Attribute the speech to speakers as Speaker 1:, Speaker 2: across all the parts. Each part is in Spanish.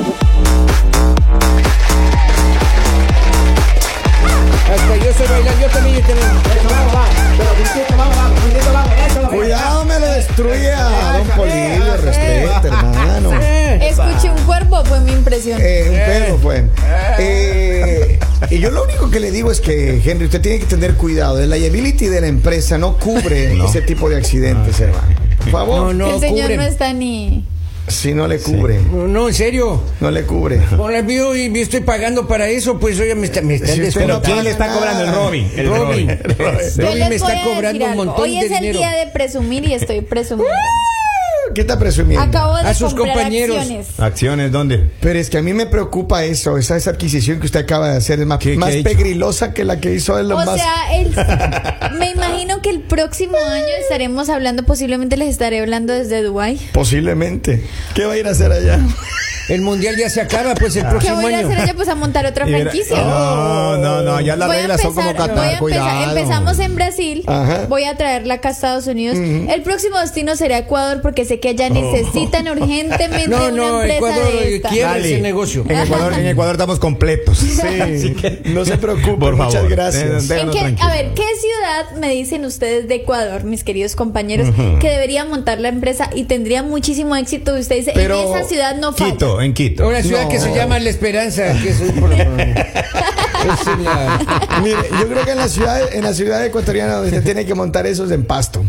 Speaker 1: Este,
Speaker 2: Ah,
Speaker 3: Ah, eh, eh, un pedo fue. Eh, y yo lo único que le digo es que, Henry, usted tiene que tener cuidado. El liability de la empresa no cubre ese tipo de accidentes,
Speaker 2: Ah,
Speaker 3: hermano. Por favor,
Speaker 1: No,
Speaker 4: el señor
Speaker 1: cubre.
Speaker 4: no está ni.
Speaker 3: si no le cubre,
Speaker 1: No, no, en serio.
Speaker 3: no le cubre.
Speaker 1: Con la bio y me estoy pagando para eso, pues oye, me, está, me están
Speaker 3: Si usted
Speaker 1: descontando.
Speaker 3: no paga
Speaker 2: ¿Quién le está
Speaker 3: nada.
Speaker 2: cobrando el Robin? El
Speaker 1: Robin.
Speaker 4: Yo
Speaker 2: Robin.
Speaker 1: Robin
Speaker 4: les
Speaker 1: me
Speaker 4: voy a
Speaker 1: está
Speaker 4: decir
Speaker 1: cobrando un
Speaker 4: algo.
Speaker 1: montón
Speaker 4: Hoy
Speaker 1: de
Speaker 4: es el
Speaker 1: dinero.
Speaker 4: día de presumir y estoy presumiendo.
Speaker 3: ¿Qué está presumiendo?
Speaker 4: Acabo de
Speaker 1: A sus
Speaker 4: comprar
Speaker 1: compañeros.
Speaker 4: acciones.
Speaker 2: ¿Acciones dónde?
Speaker 3: Pero es que a mí me preocupa eso, esa, esa adquisición que usted acaba de hacer es más,
Speaker 2: ¿Qué- qué
Speaker 3: más
Speaker 2: he hecho?
Speaker 3: pegrilosa que la que hizo Elon
Speaker 4: O
Speaker 3: Musk.
Speaker 4: sea, el- me imagino que el próximo año estaremos hablando, posiblemente les estaré hablando desde Dubai.
Speaker 3: Posiblemente. ¿Qué va a ir a hacer allá?
Speaker 1: El mundial ya se acaba, pues el
Speaker 4: ¿Qué
Speaker 1: próximo
Speaker 4: Ah. voy a
Speaker 1: año.
Speaker 4: hacer allá? Pues a montar otra
Speaker 2: Y verá-
Speaker 4: franquicia.
Speaker 2: No, no, no, ya las
Speaker 4: Voy a
Speaker 2: reglas son como
Speaker 4: empezar- voy a
Speaker 2: Qatar,
Speaker 4: empezar-
Speaker 2: cuidado.
Speaker 4: Empezamos en Brasil,
Speaker 3: Ajá.
Speaker 4: voy a traerla acá a Estados Unidos. El próximo destino será Ecuador porque sé que allá necesitan urgentemente
Speaker 1: Oh. No,
Speaker 4: una
Speaker 1: no,
Speaker 4: empresa
Speaker 1: Ecuador
Speaker 4: de esta.
Speaker 1: quiebra
Speaker 2: Dale.
Speaker 1: ese negocio.
Speaker 2: En Ecuador, en Ecuador estamos completos.
Speaker 3: Sí, no se preocupe,
Speaker 2: Por
Speaker 3: muchas
Speaker 2: favor,
Speaker 3: gracias.
Speaker 2: ten- ten-
Speaker 4: ¿En qué-
Speaker 2: tranquilo.
Speaker 4: a ver, ¿qué ciudad me dicen ustedes de Ecuador, mis queridos compañeros, que debería montar la empresa y tendría muchísimo éxito? Y usted dice,
Speaker 3: Pero,
Speaker 4: en esa ciudad no falla.
Speaker 2: Quito, en Quito.
Speaker 1: Una ciudad
Speaker 3: No.
Speaker 1: que se llama La Esperanza, que es un es en la-
Speaker 3: Mire, yo creo que en la ciudad, en la ciudad ecuatoriana donde usted tiene que montar eso es en pasto.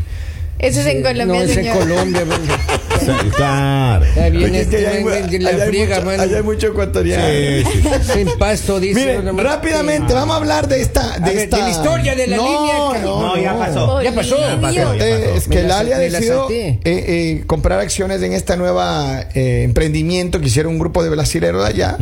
Speaker 4: Eso es en Colombia,
Speaker 1: no, es en
Speaker 4: señor.
Speaker 1: Colombia. bueno.
Speaker 2: Sí, Claro.
Speaker 1: Está bien,
Speaker 3: Porque es que
Speaker 1: este,
Speaker 3: allá hay mu-
Speaker 1: ven, ven, la
Speaker 3: allá hay
Speaker 1: friega,
Speaker 3: mucho-
Speaker 1: mano.
Speaker 3: allá hay mucho ecuatoriano.
Speaker 2: Sí, sí, sí.
Speaker 1: Sin pasto, dice. nada
Speaker 3: Miren,
Speaker 1: más.
Speaker 3: rápidamente, vamos a hablar de esta. De,
Speaker 1: ver, de
Speaker 3: esta-
Speaker 1: la historia de la
Speaker 3: No,
Speaker 1: línea, cabrón.
Speaker 3: No,
Speaker 2: No, ya
Speaker 3: no.
Speaker 2: pasó.
Speaker 1: Ya pasó.
Speaker 4: Bolivia.
Speaker 2: Ya pasó, ya
Speaker 3: Eh,
Speaker 2: pasó.
Speaker 3: es que
Speaker 1: Me
Speaker 3: el
Speaker 1: la
Speaker 3: ALI ha
Speaker 1: sa- me la
Speaker 3: decidido
Speaker 1: salté.
Speaker 3: eh, eh, comprar acciones en esta nueva eh, emprendimiento que hicieron un grupo de brasileros de allá.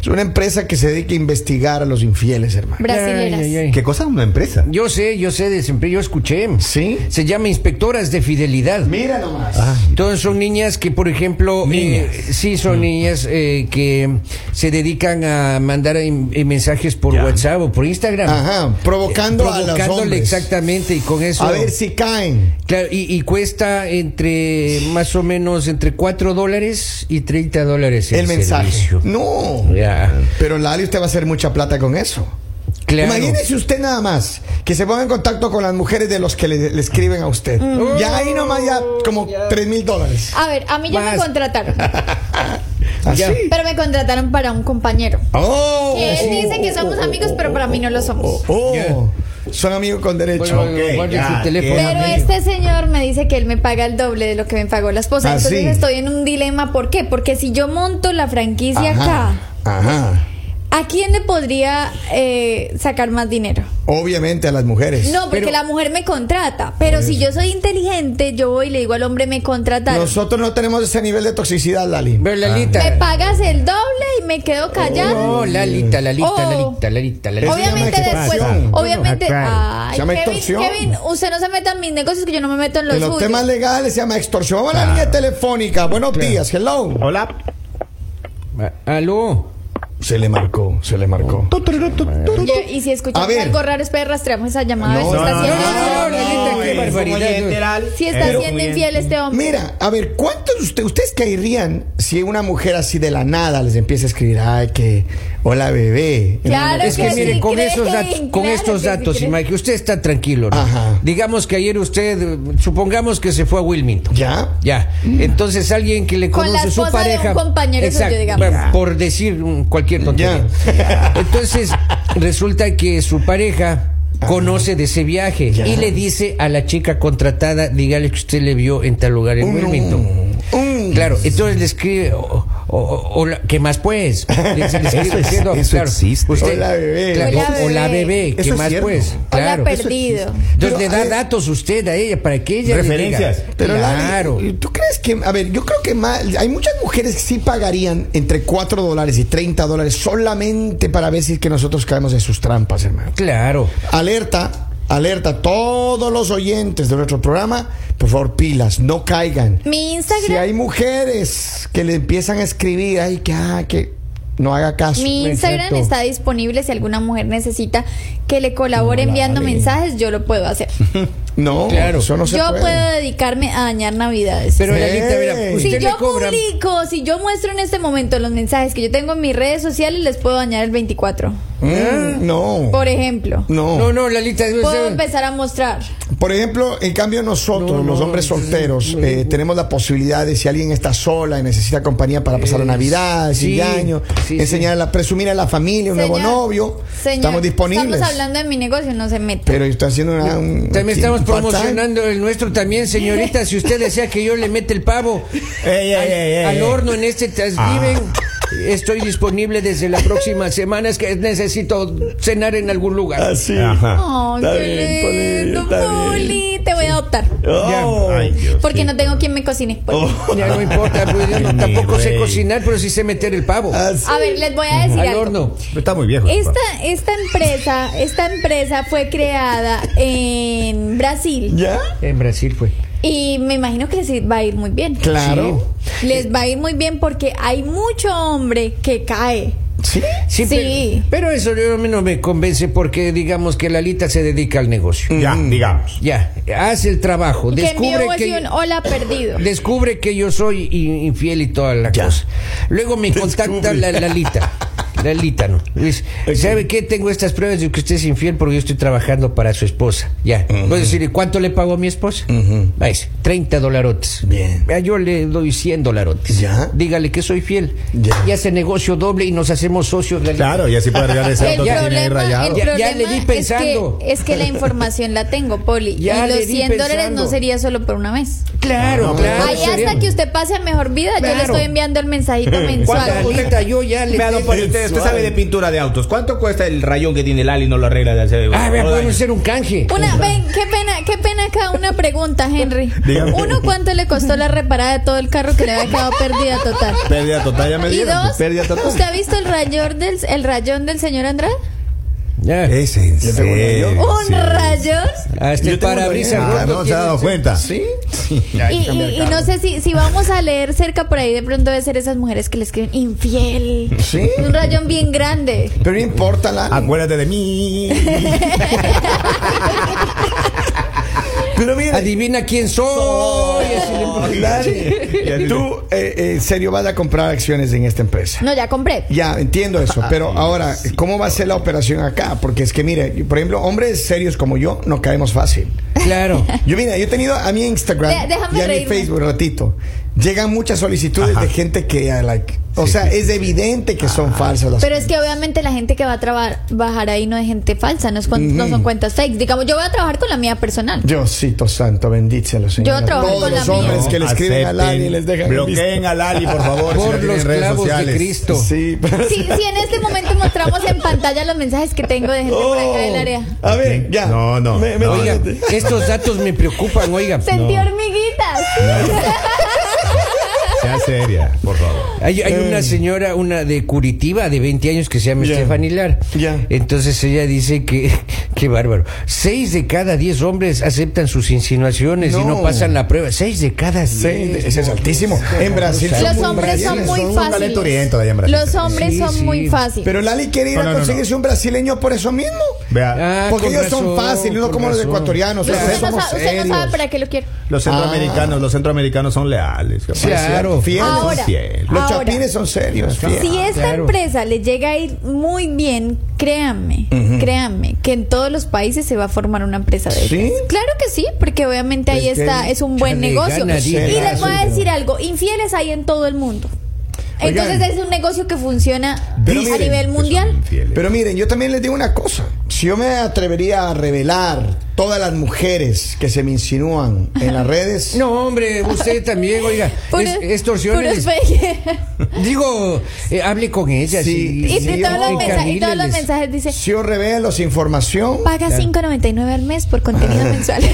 Speaker 3: Es una empresa que se dedica a investigar a los infieles, hermano.
Speaker 4: Brasileras.
Speaker 1: Ay, ay, ay.
Speaker 2: ¿Qué cosa? ¿Una empresa?
Speaker 1: Yo sé, yo sé de siempre, yo escuché.
Speaker 3: ¿Sí?
Speaker 1: Se llama Inspectoras de Fidelidad.
Speaker 3: Mira nomás.
Speaker 1: Entonces son niñas que, por ejemplo, eh, sí
Speaker 3: Mm.
Speaker 1: son niñas eh, que se dedican a mandar en- en mensajes por
Speaker 2: Ya.
Speaker 1: WhatsApp o por Instagram.
Speaker 3: Ajá, provocando a los
Speaker 1: Provocándole
Speaker 3: hombres.
Speaker 1: exactamente y con eso...
Speaker 3: A ver si caen.
Speaker 1: Claro, y, y cuesta entre más o menos entre 4 dólares y 30 dólares
Speaker 3: el mensaje.
Speaker 1: servicio.
Speaker 3: No.
Speaker 1: Ya.
Speaker 3: Pero Lali, usted va a hacer mucha plata con eso.
Speaker 1: Claro.
Speaker 3: Imagínese usted nada más que se ponga en contacto con las mujeres de los que le, le escriben a usted.
Speaker 1: Mm.
Speaker 3: Ya ahí nomás ya
Speaker 1: Oh,
Speaker 3: como tres mil dólares.
Speaker 4: A ver, a mí ya me
Speaker 1: Vas.
Speaker 4: contrataron,
Speaker 1: Ah, Ya.
Speaker 3: Así.
Speaker 4: pero me contrataron para un compañero.
Speaker 3: Oh.
Speaker 4: Que él dice que somos amigos, pero para mí no lo somos.
Speaker 3: Oh,
Speaker 1: Yeah.
Speaker 3: son amigos con derecho.
Speaker 1: Bueno,
Speaker 2: Ok,
Speaker 1: guarde su
Speaker 2: ya,
Speaker 1: teléfono.
Speaker 2: qué
Speaker 4: Pero
Speaker 2: amigo.
Speaker 4: este señor me dice que él me paga el doble de lo que me pagó la esposa.
Speaker 3: Ah,
Speaker 4: Entonces
Speaker 3: sí.
Speaker 4: estoy en un dilema. ¿Por qué? Porque si yo monto la franquicia acá,
Speaker 3: Ajá.
Speaker 4: ¿a quién le podría eh, sacar más dinero?
Speaker 3: Obviamente a las mujeres.
Speaker 4: No, porque
Speaker 1: Pero-
Speaker 4: la mujer me contrata. Pero
Speaker 3: Pues.
Speaker 4: si yo soy inteligente, yo voy y le digo al hombre, me contrataron.
Speaker 3: Nosotros no tenemos ese nivel de toxicidad, Lali.
Speaker 1: Pero Lalita...
Speaker 4: Me pagas el doble y me quedo callado.
Speaker 1: No,
Speaker 3: Oh,
Speaker 1: Lalita, Lalita,
Speaker 4: Oh.
Speaker 1: Lalita, Lalita, Lalita.
Speaker 4: Obviamente
Speaker 3: Eso se llama
Speaker 4: después,
Speaker 3: extorsión.
Speaker 4: obviamente,
Speaker 1: Bueno,
Speaker 4: ay,
Speaker 3: Se llama
Speaker 4: Kevin,
Speaker 3: extorsión.
Speaker 4: Kevin, usted no se meta en mis negocios que yo no me meto en los,
Speaker 3: En los
Speaker 4: suyos.
Speaker 3: temas legales se llama extorsión. Vamos a la línea telefónica. Buenos días, hello.
Speaker 2: Hola.
Speaker 1: Ah, Aló.
Speaker 3: Se le marcó, se le marcó.
Speaker 4: Yo- y si
Speaker 3: A
Speaker 4: escuchamos
Speaker 3: ver.
Speaker 4: algo raro, después rastreamos esa llamada. a ver
Speaker 3: No,
Speaker 4: si está
Speaker 3: no,
Speaker 4: haciendo,
Speaker 1: no, no, Lalita, qué
Speaker 2: eh,
Speaker 1: barbaridad.
Speaker 2: como literal.
Speaker 4: si está
Speaker 2: Pero-
Speaker 4: siendo infiel este hombre.
Speaker 3: Mira, a ver, ¿cuántos de usted- ustedes caerían si una mujer así de la nada les empieza a escribir, ay, que, hola bebé?
Speaker 4: Claro
Speaker 1: Es que
Speaker 4: sí
Speaker 1: miren, con,
Speaker 4: creen,
Speaker 1: esos datos, con
Speaker 4: claro
Speaker 1: estos
Speaker 4: que sí
Speaker 1: datos,
Speaker 4: creen.
Speaker 1: Imagínate, usted está tranquilo, ¿no?
Speaker 3: Ajá.
Speaker 1: Digamos que ayer usted, eh, supongamos que se fue a Wilmington.
Speaker 3: ¿Ya?
Speaker 1: Ya, entonces alguien que le
Speaker 4: Con la
Speaker 1: conoce su
Speaker 4: esposa de un
Speaker 1: pareja.
Speaker 4: compañero suyo, digamos.
Speaker 1: bueno, por decir un- cualquier tontería. Entonces, resulta que su pareja conoce de ese viaje
Speaker 3: Ya.
Speaker 1: y le dice a la chica contratada, dígale que usted le vio en tal lugar en
Speaker 3: Un-
Speaker 1: Wilmington.
Speaker 3: un-
Speaker 1: Claro, entonces le escribe, o- o- o- hola, ¿qué más pues? Le- le escribe
Speaker 2: Eso es-
Speaker 1: diciendo,
Speaker 2: eso existe.
Speaker 3: Hola, bebé.
Speaker 1: claro,
Speaker 4: Hola,
Speaker 1: hola,
Speaker 4: bebé.
Speaker 1: bebé, ¿qué
Speaker 3: Eso es
Speaker 1: más
Speaker 3: cierto.
Speaker 1: pues?
Speaker 4: Hola,
Speaker 1: Claro.
Speaker 4: perdido.
Speaker 1: Entonces
Speaker 3: Pero, eh,
Speaker 1: le
Speaker 3: a
Speaker 1: da
Speaker 3: ver-
Speaker 1: datos usted a ella para que ella le diga.
Speaker 2: Referencias.
Speaker 3: Pero Lali,
Speaker 1: claro.
Speaker 3: ¿tú crees que, a ver, yo creo que más, hay muchas mujeres que sí pagarían entre 4 dólares y 30 dólares solamente para ver si es que nosotros caemos en sus trampas, hermano.
Speaker 1: Claro.
Speaker 3: Alerta, alerta, todos los oyentes de nuestro programa, por favor, pilas, no caigan.
Speaker 4: Mi Instagram,
Speaker 3: Si hay mujeres que le empiezan a escribir, ay, que, ah, que no haga caso.
Speaker 4: mi Instagram
Speaker 1: Exacto.
Speaker 4: está disponible si alguna mujer necesita que le colabore enviando mensajes, yo lo puedo hacer.
Speaker 3: No,
Speaker 1: Claro.
Speaker 3: eso no se
Speaker 4: yo
Speaker 3: puede.
Speaker 4: puedo dedicarme a dañar navidades.
Speaker 1: Pero
Speaker 3: Sí.
Speaker 1: Lalita, mira,
Speaker 3: Si
Speaker 1: usted
Speaker 4: si
Speaker 1: le
Speaker 4: yo
Speaker 1: cobra.
Speaker 4: publico, si yo muestro en este momento los mensajes que yo tengo en mis redes sociales, les puedo dañar el 24.
Speaker 3: Mm, no.
Speaker 4: Por ejemplo,
Speaker 3: No.
Speaker 1: No, no, Lalita,
Speaker 4: puedo
Speaker 1: usted-
Speaker 4: empezar a mostrar.
Speaker 3: Por ejemplo, en cambio nosotros,
Speaker 1: No, no,
Speaker 3: los hombres
Speaker 1: no,
Speaker 3: solteros,
Speaker 1: no,
Speaker 3: eh,
Speaker 1: no.
Speaker 3: tenemos la posibilidad de si alguien está sola y necesita compañía para pasar la
Speaker 1: Eh,
Speaker 3: Navidad, el
Speaker 1: sí,
Speaker 3: fin de año,
Speaker 1: sí,
Speaker 3: enseñar a la- presumir a la familia, un nuevo
Speaker 4: Señor,
Speaker 3: novio,
Speaker 4: señor,
Speaker 3: estamos disponibles.
Speaker 4: Estamos hablando de mi negocio, no se meta.
Speaker 3: Pero está haciendo una, un-
Speaker 1: También estamos
Speaker 3: un part-time.
Speaker 1: promocionando el nuestro también, señorita. Si usted desea que yo le meta el pavo
Speaker 2: Ey, ey,
Speaker 1: al,
Speaker 2: ey, ey,
Speaker 1: al
Speaker 2: ey.
Speaker 1: horno en este Thanksgiving, estoy disponible desde la próxima semana. Es que necesito cenar en algún lugar.
Speaker 2: Así. Ajá.
Speaker 4: Ay,
Speaker 2: Está bien,
Speaker 4: qué
Speaker 2: Poli,
Speaker 4: lindo,
Speaker 2: está bien.
Speaker 4: Poli. Te voy a adoptar.
Speaker 2: Oh.
Speaker 1: Ya.
Speaker 2: Ay, Dios
Speaker 4: Porque
Speaker 2: mío.
Speaker 4: no tengo quien me cocine. Poli.
Speaker 2: Oh.
Speaker 1: Ya no importa, pues yo no-
Speaker 2: Mi
Speaker 1: tampoco sé
Speaker 2: rey.
Speaker 1: cocinar, pero sí sé meter el pavo.
Speaker 2: Así.
Speaker 4: A ver, les voy a decir
Speaker 1: Al
Speaker 4: algo.
Speaker 1: horno.
Speaker 2: Pero Está muy viejo.
Speaker 4: Esta, esta empresa, esta empresa fue creada en Brasil
Speaker 3: ¿Ya?
Speaker 1: En Brasil fue.
Speaker 4: y me imagino que les va a ir muy bien.
Speaker 3: Claro.
Speaker 4: Les va a ir muy bien porque hay mucho hombre que cae.
Speaker 3: Sí.
Speaker 1: Sí,
Speaker 4: Sí.
Speaker 1: Pero, pero eso yo- a mí no me convence porque digamos que Lalita se dedica al negocio.
Speaker 2: Ya, digamos.
Speaker 1: Ya, hace el trabajo.
Speaker 4: Que en mi
Speaker 1: Descubre
Speaker 4: voz
Speaker 1: que...
Speaker 4: y un hola perdido.
Speaker 1: Descubre que yo soy i- infiel y toda la
Speaker 2: Ya.
Speaker 1: cosa. Luego me contacta la Lalita. Lalita, ¿no? Dice, ¿sabe qué? Tengo estas pruebas de que usted es infiel porque yo estoy trabajando para su esposa. Ya. Voy a decirle, ¿cuánto le pagó a mi esposa? Ahí dice, 30 dolarotes.
Speaker 3: Bien.
Speaker 1: Ah, Yo le doy 100 dolarotes.
Speaker 3: Ya.
Speaker 1: Dígale que soy fiel.
Speaker 3: Ya.
Speaker 1: Y hace negocio doble y nos hacemos socios. Lalita.
Speaker 2: Claro, y así puede arreglar ese
Speaker 4: El
Speaker 2: auto que tiene
Speaker 4: problema,
Speaker 2: ahí
Speaker 4: el
Speaker 2: rayado.
Speaker 1: Ya- ya
Speaker 4: problema
Speaker 1: le di pensando.
Speaker 4: Es, que, es que la información la tengo, Poli.
Speaker 1: Ya
Speaker 4: y los
Speaker 1: le di
Speaker 4: 100 dólares
Speaker 1: pensando.
Speaker 4: no sería solo por una vez.
Speaker 1: Claro,
Speaker 2: No,
Speaker 1: claro.
Speaker 4: Ahí hasta
Speaker 1: sería-
Speaker 4: que usted pase a mejor vida, yo
Speaker 1: Claro.
Speaker 4: le estoy enviando el mensajito mensual.
Speaker 1: ¿Cuánto? Lalita, yo ya le
Speaker 5: Vea, don
Speaker 1: tengo-
Speaker 5: Poli, usted, usted sabe de pintura de autos. ¿Cuánto cuesta el rayón que tiene Lali y no lo arregla de hace
Speaker 1: Ah, vea,
Speaker 5: todo
Speaker 1: podemos
Speaker 5: año?
Speaker 1: hacer un canje.
Speaker 4: Una, ven, qué pena, qué pena acá una pregunta, Henry.
Speaker 2: Dígame.
Speaker 4: Uno, ¿cuánto le costó la reparada de todo el carro que le había quedado pérdida total?
Speaker 2: Pérdida total, ya me
Speaker 4: Y
Speaker 2: dieron.
Speaker 4: dos,
Speaker 2: Pérdida total.
Speaker 4: ¿usted ha visto el rayón del, el rayón del señor Andrade?
Speaker 1: Ya.
Speaker 2: Es en
Speaker 3: Le pregunto yo.
Speaker 2: serio.
Speaker 4: ¿Un
Speaker 2: sí.
Speaker 4: rayón?
Speaker 1: Hasta el este parabrisas
Speaker 2: Ah,
Speaker 1: roto
Speaker 2: no se ha dado
Speaker 1: tiene-
Speaker 2: cuenta.
Speaker 3: Sí.
Speaker 4: Y, y- y no sé si, si vamos a leer cerca por ahí, de pronto debe ser esas mujeres que le escriben infiel.
Speaker 3: Sí.
Speaker 4: Un rayón bien grande.
Speaker 3: Pero no importa la.
Speaker 2: Acuérdate de mí.
Speaker 3: Pero mira,
Speaker 1: Adivina quién soy. así le-
Speaker 3: Lali, tú eh, eh, en serio vas a comprar acciones en esta empresa.
Speaker 4: No, ya compré.
Speaker 3: Ya, entiendo eso, pero ahora, ¿cómo va a ser la operación acá? Porque es que, mire, por ejemplo, hombres serios como yo no caemos fácil.
Speaker 1: Claro.
Speaker 3: Yo, mira, yo he tenido a mi Instagram
Speaker 4: De- déjame
Speaker 3: y a mi
Speaker 4: reírme.
Speaker 3: Facebook un ratito. Llegan muchas solicitudes de gente que, ah, like, o sea, es evidente que
Speaker 2: Ah.
Speaker 3: son falsas las
Speaker 4: Pero es que obviamente la gente que va a traba- trabajar ahí no es gente falsa, no, es con- no son cuentas fake. Digamos, yo voy a trabajar con la mía personal.
Speaker 3: Diosito santo, bendícelo, señor.
Speaker 4: Yo trabajo
Speaker 3: Todos
Speaker 4: con la
Speaker 3: los
Speaker 4: mía.
Speaker 3: hombres que le escriben a
Speaker 2: Acepten,
Speaker 3: Lali y les dejan en
Speaker 2: Bloqueen
Speaker 3: visto.
Speaker 2: a Lali, por favor. si la
Speaker 1: Por
Speaker 2: tienen
Speaker 1: los
Speaker 2: en redes
Speaker 1: clavos
Speaker 2: sociales.
Speaker 1: de Cristo.
Speaker 3: Sí, pero-
Speaker 4: Sí, sí, en este momento mostramos en pantalla los mensajes que tengo de gente por acá
Speaker 3: Oh.
Speaker 4: del área.
Speaker 3: A ver, ya.
Speaker 2: No, no,
Speaker 3: Me- me-
Speaker 2: no.
Speaker 1: Oiga, estos datos me preocupan, oiga.
Speaker 4: Sentí hormiguitas.
Speaker 2: Sea seria, por favor.
Speaker 1: Hay, hay una señora, una de Curitiba, de 20 años, que se llama
Speaker 3: Ya.
Speaker 1: Stephanie Lar.
Speaker 3: Ya.
Speaker 1: Entonces ella dice que, qué bárbaro, seis de cada diez hombres aceptan sus insinuaciones y
Speaker 3: No.
Speaker 1: no pasan la prueba. Seis de cada
Speaker 3: Sí,
Speaker 1: diez.
Speaker 3: ese es altísimo. En Brasil son
Speaker 4: Los
Speaker 3: muy
Speaker 4: hombres son
Speaker 3: brasileños,
Speaker 4: muy
Speaker 3: un
Speaker 4: fáciles.
Speaker 2: calenturiento de allá en Brasil.
Speaker 4: Los hombres
Speaker 1: Sí,
Speaker 4: son
Speaker 1: sí.
Speaker 4: muy fáciles.
Speaker 3: Pero Lali quiere ir
Speaker 2: No, no,
Speaker 3: a
Speaker 2: no,
Speaker 3: conseguirse un brasileño por eso mismo.
Speaker 1: Ah,
Speaker 2: Vea,
Speaker 3: Porque
Speaker 1: con
Speaker 3: ellos son
Speaker 1: razón,
Speaker 3: fáciles, no
Speaker 1: con
Speaker 3: como los
Speaker 1: razón.
Speaker 3: ecuatorianos.
Speaker 4: usted,
Speaker 3: nosotros
Speaker 4: no
Speaker 3: somos
Speaker 4: sabe, usted no sabe
Speaker 3: serios.
Speaker 4: para qué lo quiero.
Speaker 2: los centroamericanos, los centroamericanos son leales. capaz.
Speaker 1: Claro.
Speaker 3: Fieles.
Speaker 4: Ahora,
Speaker 2: fieles.
Speaker 3: Los
Speaker 4: ahora,
Speaker 3: chapines son serios. fieles.
Speaker 4: Si esta
Speaker 1: claro.
Speaker 4: empresa le llega a ir muy bien, créanme, créanme, que en todos los países se va a formar una empresa de
Speaker 3: ¿Sí?
Speaker 4: esas. Claro que sí, porque obviamente ahí
Speaker 3: Es que
Speaker 4: está, es un buen
Speaker 1: échale
Speaker 4: negocio.
Speaker 1: ganas,
Speaker 4: y
Speaker 1: será,
Speaker 4: les voy a
Speaker 3: sí,
Speaker 4: decir algo, infieles hay en todo el mundo.
Speaker 3: Oigan.
Speaker 4: Entonces es un negocio que funciona
Speaker 2: Pero
Speaker 4: a
Speaker 2: miren,
Speaker 4: nivel
Speaker 2: que
Speaker 4: mundial.
Speaker 2: son infieles.
Speaker 3: Pero miren, yo también les digo una cosa. Si yo me atrevería a revelar todas las mujeres que se me insinúan en las redes.
Speaker 1: No, hombre, usted también, oiga.
Speaker 3: pues,
Speaker 4: Puros-
Speaker 1: es, extorsiones.
Speaker 4: puros fake.
Speaker 1: Digo, eh, hable con ella.
Speaker 3: Sí.
Speaker 1: sí,
Speaker 4: y,
Speaker 1: sí,
Speaker 4: todos los
Speaker 1: y
Speaker 4: mensajes, y todos los
Speaker 1: camíleles.
Speaker 4: mensajes dice
Speaker 3: Si yo revelo su información.
Speaker 4: paga 5.99 al mes por contenido mensual.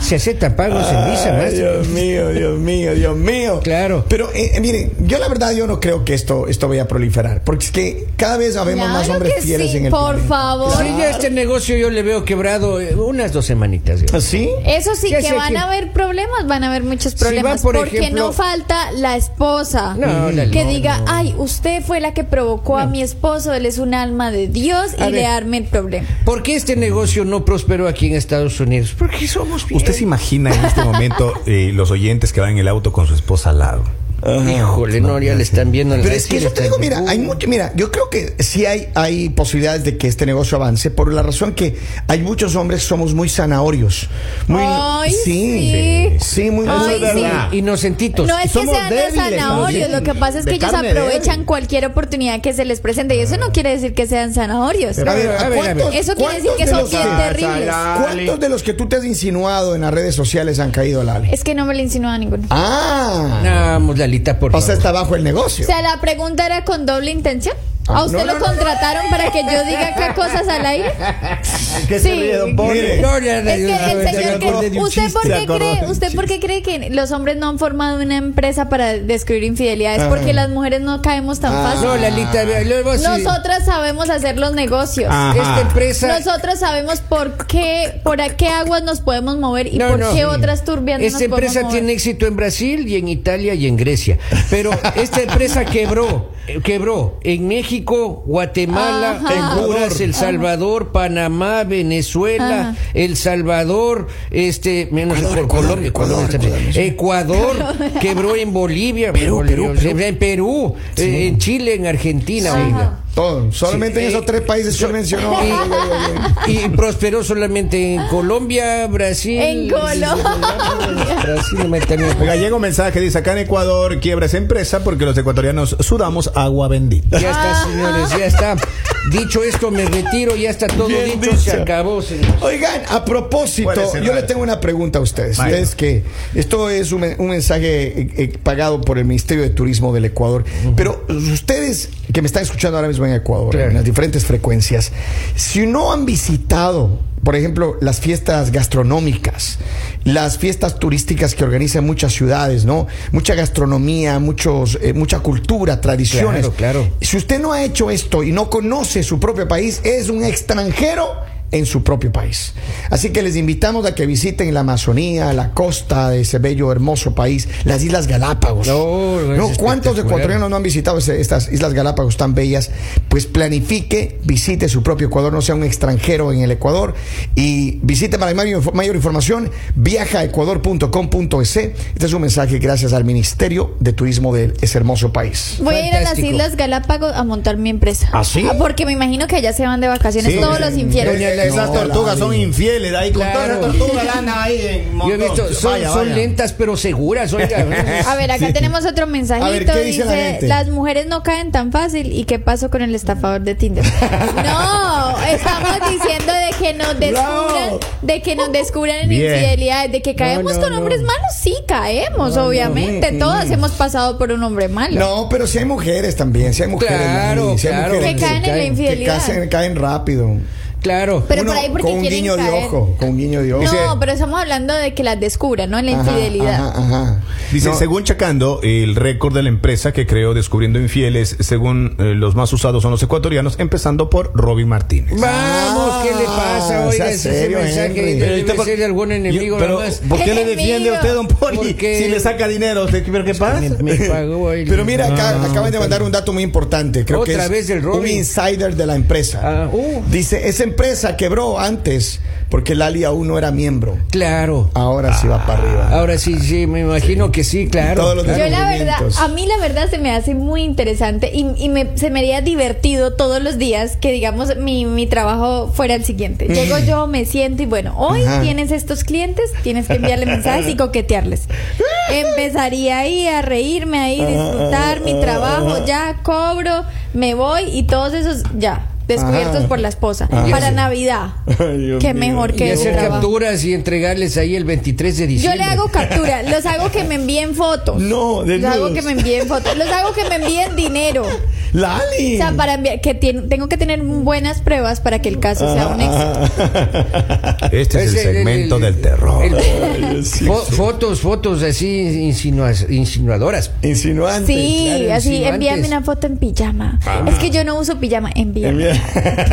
Speaker 1: Se aceptan
Speaker 4: Ah,
Speaker 1: pagos en Visa,
Speaker 3: Ay,
Speaker 1: maestro.
Speaker 3: Dios mío, Dios mío, Dios mío.
Speaker 1: Claro.
Speaker 3: Este. Pero eh, eh, miren, yo la verdad yo no creo que esto, esto vaya a proliferar. Porque es que cada vez sabemos
Speaker 4: Claro
Speaker 3: más hombres
Speaker 4: que
Speaker 3: fieles
Speaker 4: sí,
Speaker 3: en el
Speaker 4: por
Speaker 3: planeta.
Speaker 4: favor.
Speaker 1: Sí, ya este negocio yo le veo quebrado eh, unas dos semanitas.
Speaker 2: ¿Ah,
Speaker 1: yo.
Speaker 3: ¿Así?
Speaker 4: Eso sí,
Speaker 1: Ya
Speaker 4: que
Speaker 1: sé
Speaker 4: van
Speaker 1: que-
Speaker 4: a haber problemas, van a haber muchos
Speaker 1: va,
Speaker 4: problemas.
Speaker 1: por
Speaker 4: porque
Speaker 1: ejemplo-
Speaker 4: no falta la esposa
Speaker 1: No, la-
Speaker 4: que
Speaker 1: no,
Speaker 4: diga, ay, usted fue la que provocó a mi esposo, él es un alma de Dios
Speaker 1: A
Speaker 4: y
Speaker 1: ver.
Speaker 4: le arme el problema.
Speaker 1: ¿Por qué este negocio no prosperó aquí en Estados Unidos? Porque somos bien.
Speaker 2: Usted se imagina en este momento eh, los oyentes que van en el auto con su esposa al lado.
Speaker 1: Híjole, no, ya le están viendo.
Speaker 3: Pero es que eso te digo, mira, hay mucho, mira, yo creo que sí hay, hay posibilidades de que este negocio avance por la razón que hay muchos hombres somos muy zanahorios. Muy,
Speaker 4: Ay,
Speaker 3: sí,
Speaker 4: sí.
Speaker 3: sí, muy
Speaker 4: Ay,
Speaker 3: eso es
Speaker 4: sí.
Speaker 3: verdad.
Speaker 1: Y inocentitos.
Speaker 4: No es que
Speaker 2: Somos
Speaker 4: sean de
Speaker 2: débiles,
Speaker 4: zanahorios,
Speaker 2: Claudia.
Speaker 4: lo que pasa es que
Speaker 2: De
Speaker 4: ellos
Speaker 2: carne
Speaker 4: aprovechan
Speaker 2: débil.
Speaker 4: cualquier oportunidad que se les presente y eso
Speaker 3: Ah.
Speaker 4: no quiere decir que sean zanahorios.
Speaker 3: A ver, ¿a
Speaker 1: a ver, a ver.
Speaker 3: cuántos-
Speaker 4: Eso quiere decir
Speaker 3: cuántos
Speaker 4: que
Speaker 3: de
Speaker 4: son
Speaker 3: los Ah,
Speaker 4: bien terribles.
Speaker 3: ¿Cuántos de los que tú te has insinuado en las redes sociales han caído, Lali?
Speaker 4: Es que no me lo insinuaba ninguno.
Speaker 3: Ah,
Speaker 1: Vamos, Lalita, por
Speaker 3: o sea,
Speaker 1: favor.
Speaker 3: está bajo el negocio.
Speaker 4: O sea, la pregunta era con doble intención.
Speaker 3: Ah,
Speaker 4: ¿A usted
Speaker 3: no, no,
Speaker 4: lo
Speaker 3: no.
Speaker 4: contrataron para que yo diga acá cosas al aire?
Speaker 2: ¿Qué
Speaker 4: Sí.
Speaker 2: se ríe, don Poli?
Speaker 3: Mire.
Speaker 1: No, ya, ya,
Speaker 4: Es
Speaker 1: ya,
Speaker 4: que el
Speaker 1: ya, ya
Speaker 4: señor
Speaker 1: me acordé de
Speaker 4: que
Speaker 1: un
Speaker 4: usted por
Speaker 1: chiste.
Speaker 4: qué cree, usted por qué cree que los hombres no han formado una empresa para descubrir infidelidades
Speaker 3: Ah.
Speaker 4: porque las mujeres no caemos tan
Speaker 3: Ah.
Speaker 1: No,
Speaker 4: fácil.
Speaker 1: Lalita, vea, luego sí.
Speaker 4: Nosotras sabemos hacer los negocios.
Speaker 5: Ah.
Speaker 1: Esta empresa.
Speaker 4: Nosotras sabemos por qué, por a qué aguas nos podemos mover y
Speaker 1: No,
Speaker 4: por
Speaker 1: no.
Speaker 4: qué otras turbias no
Speaker 1: Esta
Speaker 4: nos podemos
Speaker 1: empresa
Speaker 4: mover.
Speaker 1: tiene éxito en Brasil y en Italia y en Grecia. Pero esta empresa quebró, eh, quebró en México, Guatemala,
Speaker 4: Ajá.
Speaker 1: Honduras, El Salvador, Panamá, Venezuela,
Speaker 4: Ajá.
Speaker 1: El Salvador, este, menos por Colombia, Colombia también. Ecuador, quebró en Bolivia, Bolivia, en Perú, eh, en Chile, en Argentina, oiga.
Speaker 3: Todo, solamente
Speaker 1: Sí,
Speaker 3: en
Speaker 1: eh,
Speaker 3: esos tres países que mencionó.
Speaker 1: Y, y prosperó solamente en Colombia, Brasil.
Speaker 4: En Colombia.
Speaker 1: Brasil, también.
Speaker 2: Oiga, llega un mensaje, dice, acá en Ecuador quiebra esa empresa porque los ecuatorianos sudamos agua bendita.
Speaker 1: Ya está,
Speaker 4: Ah.
Speaker 1: señores, ya está. Dicho esto, me retiro, ya está todo
Speaker 3: Bien
Speaker 1: dicho,
Speaker 3: dicho.
Speaker 1: se acabó, señor.
Speaker 3: Oigan, a
Speaker 2: Puede
Speaker 3: propósito,
Speaker 2: cerrar.
Speaker 3: yo le tengo una pregunta a ustedes.
Speaker 2: Bueno.
Speaker 3: Ustedes que esto es un, men- un mensaje eh, eh, pagado por el Ministerio de Turismo del Ecuador, pero ustedes que me están escuchando ahora mismo en Ecuador,
Speaker 1: Claro.
Speaker 3: en las diferentes frecuencias, si no han visitado, por ejemplo, las fiestas gastronómicas, las fiestas turísticas que organizan muchas ciudades, ¿no? Mucha gastronomía, muchos, eh, mucha cultura, tradiciones.
Speaker 1: Claro, claro.
Speaker 3: Si usted no ha hecho esto y no conoce su propio país, es un extranjero en su propio país. Así que les invitamos a que visiten la Amazonía, la costa de ese bello, hermoso país, las Islas Galápagos.
Speaker 1: No, es
Speaker 3: ¿No? ¿Cuántos
Speaker 1: espectacular.
Speaker 3: ecuatorianos no han visitado ese- estas Islas Galápagos tan bellas? Pues planifique, visite su propio Ecuador, no sea un extranjero en el Ecuador y visite para mayor, mayor información viajaecuador.com.es. Este es un mensaje gracias al Ministerio de Turismo de ese hermoso país.
Speaker 4: Voy a ir a las
Speaker 1: Fantástico.
Speaker 4: Islas Galápagos a montar mi empresa.
Speaker 3: ¿Ah, sí?
Speaker 4: porque me imagino que allá se van de vacaciones
Speaker 2: Sí.
Speaker 4: todos los
Speaker 3: Doña
Speaker 4: infieles.
Speaker 3: Elena.
Speaker 2: Esas
Speaker 3: No,
Speaker 2: tortugas
Speaker 3: Lali.
Speaker 2: son infieles, ahí con
Speaker 1: Claro.
Speaker 2: todas las tortugas lana ahí en
Speaker 1: Yo he
Speaker 2: montón.
Speaker 1: visto, son,
Speaker 2: Vaya,
Speaker 1: son
Speaker 2: vaya.
Speaker 1: lentas pero seguras, oiga.
Speaker 4: A ver, acá tenemos otro mensajito.
Speaker 3: A ver, ¿qué dice la gente?
Speaker 4: las mujeres no caen tan fácil. ¿Y qué pasó con el estafador de Tinder? no, estamos diciendo de que nos descubran, de que nos descubran en
Speaker 2: Bien.
Speaker 4: infidelidades, de que caemos
Speaker 1: no,
Speaker 4: con
Speaker 1: no.
Speaker 4: hombres malos. Sí, caemos, obviamente. Todos hemos pasado por un hombre malo.
Speaker 3: No, pero si hay mujeres también, si hay mujeres.
Speaker 1: Claro,
Speaker 3: Lali, si hay
Speaker 1: claro.
Speaker 3: mujeres
Speaker 4: Que caen en la
Speaker 1: caen, que
Speaker 3: que
Speaker 4: infidelidad.
Speaker 3: caen, caen rápido.
Speaker 1: Claro.
Speaker 4: Pero
Speaker 3: Uno
Speaker 4: por ahí porque
Speaker 3: con un
Speaker 4: quieren
Speaker 3: guiño de
Speaker 4: caer.
Speaker 3: ojo, con un guiño de ojo.
Speaker 4: No, pero estamos hablando de que las descubran, ¿no? En la
Speaker 3: Ajá,
Speaker 4: infidelidad.
Speaker 3: Ajá, ajá.
Speaker 2: Dice,
Speaker 3: No,
Speaker 2: según checando el récord de la empresa que creó Descubriendo Infieles, según eh, los más usados son los ecuatorianos, empezando por Robin Martínez.
Speaker 1: Vamos, ¿qué le
Speaker 3: Ah,
Speaker 1: pasa? Oiga,
Speaker 3: sea
Speaker 1: ese
Speaker 3: serio,
Speaker 1: mensaje
Speaker 3: Henry.
Speaker 1: debe
Speaker 2: ahorita por-
Speaker 1: ser de algún enemigo
Speaker 2: Yo- pero,
Speaker 1: nada más.
Speaker 2: ¿Por qué le
Speaker 4: Enemigo.
Speaker 2: defiende usted, don Poli?
Speaker 1: Porque- Pues,
Speaker 2: Si le saca dinero, ¿usted qué- pero qué pasa?
Speaker 1: Me pagó el-
Speaker 3: Pero mira, acá, acaban de mandar un dato muy importante. Creo que
Speaker 1: Otra
Speaker 3: es
Speaker 1: vez el
Speaker 3: un
Speaker 1: Robin.
Speaker 3: insider de la empresa.
Speaker 1: Ah, uh.
Speaker 3: Dice, esa empresa quebró antes porque Lali aún no era miembro.
Speaker 1: Claro.
Speaker 3: Ahora sí va para arriba.
Speaker 1: Ahora sí, sí, me imagino que sí, claro.
Speaker 3: Todos los
Speaker 1: claro.
Speaker 4: Yo la verdad,
Speaker 3: movimientos.
Speaker 4: a mí la verdad se me hace muy interesante y, y me, se me haría divertido todos los días que digamos mi, mi trabajo fuera el siguiente. Llego yo, me siento y bueno, hoy
Speaker 3: Ajá.
Speaker 4: tienes estos clientes, tienes que enviarle mensajes y coquetearles. Empezaría ahí a reírme, ahí
Speaker 3: Ah,
Speaker 4: disfrutar mi trabajo, ya cobro, me voy y todos esos ya descubiertos
Speaker 3: Ajá.
Speaker 4: por la esposa
Speaker 3: Ajá.
Speaker 4: para Navidad. Qué mejor
Speaker 1: Y
Speaker 4: que un
Speaker 1: hacer
Speaker 4: trabajo.
Speaker 1: capturas y entregarles ahí el 23 de
Speaker 4: Yo
Speaker 1: diciembre.
Speaker 4: le hago captura, los hago que me envíen fotos.
Speaker 3: No,
Speaker 4: los
Speaker 3: desnudos.
Speaker 4: hago que me envíen fotos, los hago que me envíen dinero. O
Speaker 3: Lali.
Speaker 4: sea, para enviar que tien- tengo que tener buenas pruebas para que el caso sea un
Speaker 3: Ah.
Speaker 4: éxito.
Speaker 2: Este es el
Speaker 1: Ese, el-
Speaker 2: segmento
Speaker 1: el-
Speaker 2: del terror.
Speaker 1: el- Fo- fotos, fotos así insinua- insinuadoras.
Speaker 3: Insinuante.
Speaker 4: Sí,
Speaker 1: claro,
Speaker 4: así
Speaker 1: sí,
Speaker 4: envíame
Speaker 1: antes.
Speaker 4: una foto en pijama. Es que yo no uso pijama, envíame.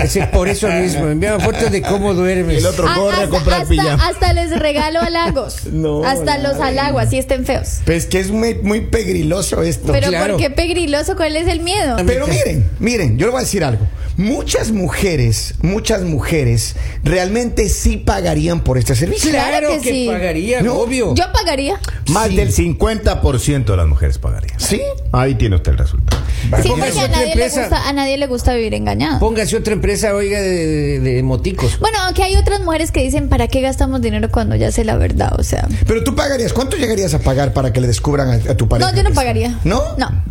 Speaker 1: Ese- por eso mismo, enviaban fotos de cómo duermes.
Speaker 2: El otro
Speaker 4: Ah,
Speaker 2: corre a
Speaker 4: hasta,
Speaker 2: comprar
Speaker 4: hasta-
Speaker 2: pijama.
Speaker 4: hasta les regalo halagos.
Speaker 3: No,
Speaker 4: hasta los
Speaker 3: dale.
Speaker 4: halagos, así estén feos.
Speaker 3: Pues que es muy, muy pegriloso esto.
Speaker 4: Pero
Speaker 1: claro.
Speaker 4: ¿por qué pegriloso? ¿Cuál es el miedo?
Speaker 3: Pero
Speaker 1: mitad.
Speaker 3: miren, miren, yo le voy a decir algo. Muchas mujeres, muchas mujeres realmente sí pagarían por este servicio.
Speaker 1: Claro
Speaker 4: Claro
Speaker 1: que,
Speaker 4: que sí.
Speaker 1: pagaría,
Speaker 3: No,
Speaker 1: obvio.
Speaker 4: Yo pagaría.
Speaker 2: Más
Speaker 1: Sí.
Speaker 2: del 50% de las mujeres pagarían.
Speaker 3: ¿Sí?
Speaker 2: Ahí tiene usted el resultado.
Speaker 4: Sí,
Speaker 1: Póngase
Speaker 4: porque a
Speaker 1: otra
Speaker 4: nadie, le
Speaker 1: empresa.
Speaker 4: gusta, a nadie le gusta vivir engañado.
Speaker 1: Póngase otra empresa, oiga, de, de- de moticos.
Speaker 4: Bueno, aunque hay otras mujeres que dicen, ¿para qué gastamos dinero cuando ya sé la verdad? O sea,
Speaker 3: Pero tú pagarías, ¿cuánto llegarías a pagar para que le descubran a, a tu pareja?
Speaker 4: no, yo no
Speaker 3: que-
Speaker 4: pagaría.
Speaker 3: ¿No?
Speaker 4: No.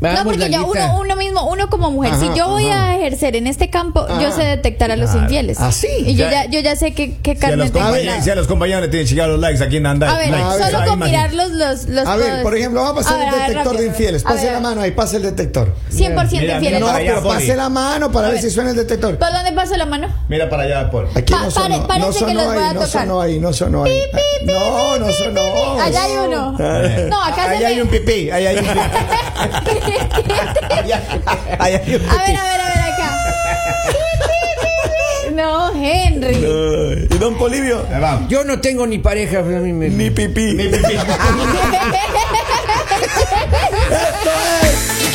Speaker 1: Vamos,
Speaker 4: no, porque ya
Speaker 1: Lalita.
Speaker 4: uno, uno mismo, uno como mujer,
Speaker 3: Ajá,
Speaker 4: si yo voy
Speaker 3: ajá.
Speaker 4: a ejercer en este campo, yo
Speaker 3: Ah,
Speaker 4: sé detectar a los infieles.
Speaker 3: Ah, sí.
Speaker 4: Y yo
Speaker 2: Ya-
Speaker 4: ya, yo ya sé qué, qué
Speaker 2: Si a,
Speaker 4: carne
Speaker 2: los
Speaker 4: tengo.
Speaker 2: compañeros, si a los compañeros le tienen llegar los likes aquí en Andai.
Speaker 4: A ver,
Speaker 2: likes,
Speaker 3: ver,
Speaker 4: solo
Speaker 2: ahí,
Speaker 4: con
Speaker 2: imagínate.
Speaker 4: mirar los, los, los-
Speaker 3: A ver,
Speaker 4: los-
Speaker 3: por ejemplo, vamos a pasar
Speaker 4: ver,
Speaker 3: el
Speaker 4: ver,
Speaker 3: detector
Speaker 4: rápido,
Speaker 3: de infieles.
Speaker 4: a ver,
Speaker 3: Pase
Speaker 4: a
Speaker 3: la
Speaker 4: ver.
Speaker 3: mano ahí, pase el detector.
Speaker 4: 100%
Speaker 5: Mira, mira,
Speaker 4: infieles.
Speaker 3: No,
Speaker 5: para allá,
Speaker 3: pero
Speaker 5: Poli.
Speaker 3: pase la mano para ver si suena el detector.
Speaker 4: ¿Por dónde paso la mano?
Speaker 2: Mira para allá, Paul.
Speaker 3: Aquí
Speaker 4: Pa-
Speaker 3: no sonó,
Speaker 4: pare- parece
Speaker 3: no
Speaker 4: que
Speaker 3: sonó
Speaker 4: los voy a
Speaker 3: ahí, no
Speaker 4: tocar.
Speaker 3: sonó ahí, no sonó ahí. No, no sonó.
Speaker 4: Allá hay uno.
Speaker 3: Ah.
Speaker 2: Eh.
Speaker 4: No, acá se
Speaker 2: Ahí
Speaker 4: ve.
Speaker 2: hay un pipí, ahí hay un pipí. Ahí hay un
Speaker 4: A ver, a ver, a ver acá. No, Henry.
Speaker 3: Ay, ¿Y don Polivio?
Speaker 2: Ahí vamos.
Speaker 1: Yo no tengo ni pareja, pero a mí me-
Speaker 3: Ni pipí.
Speaker 2: Pipí.
Speaker 3: Esto es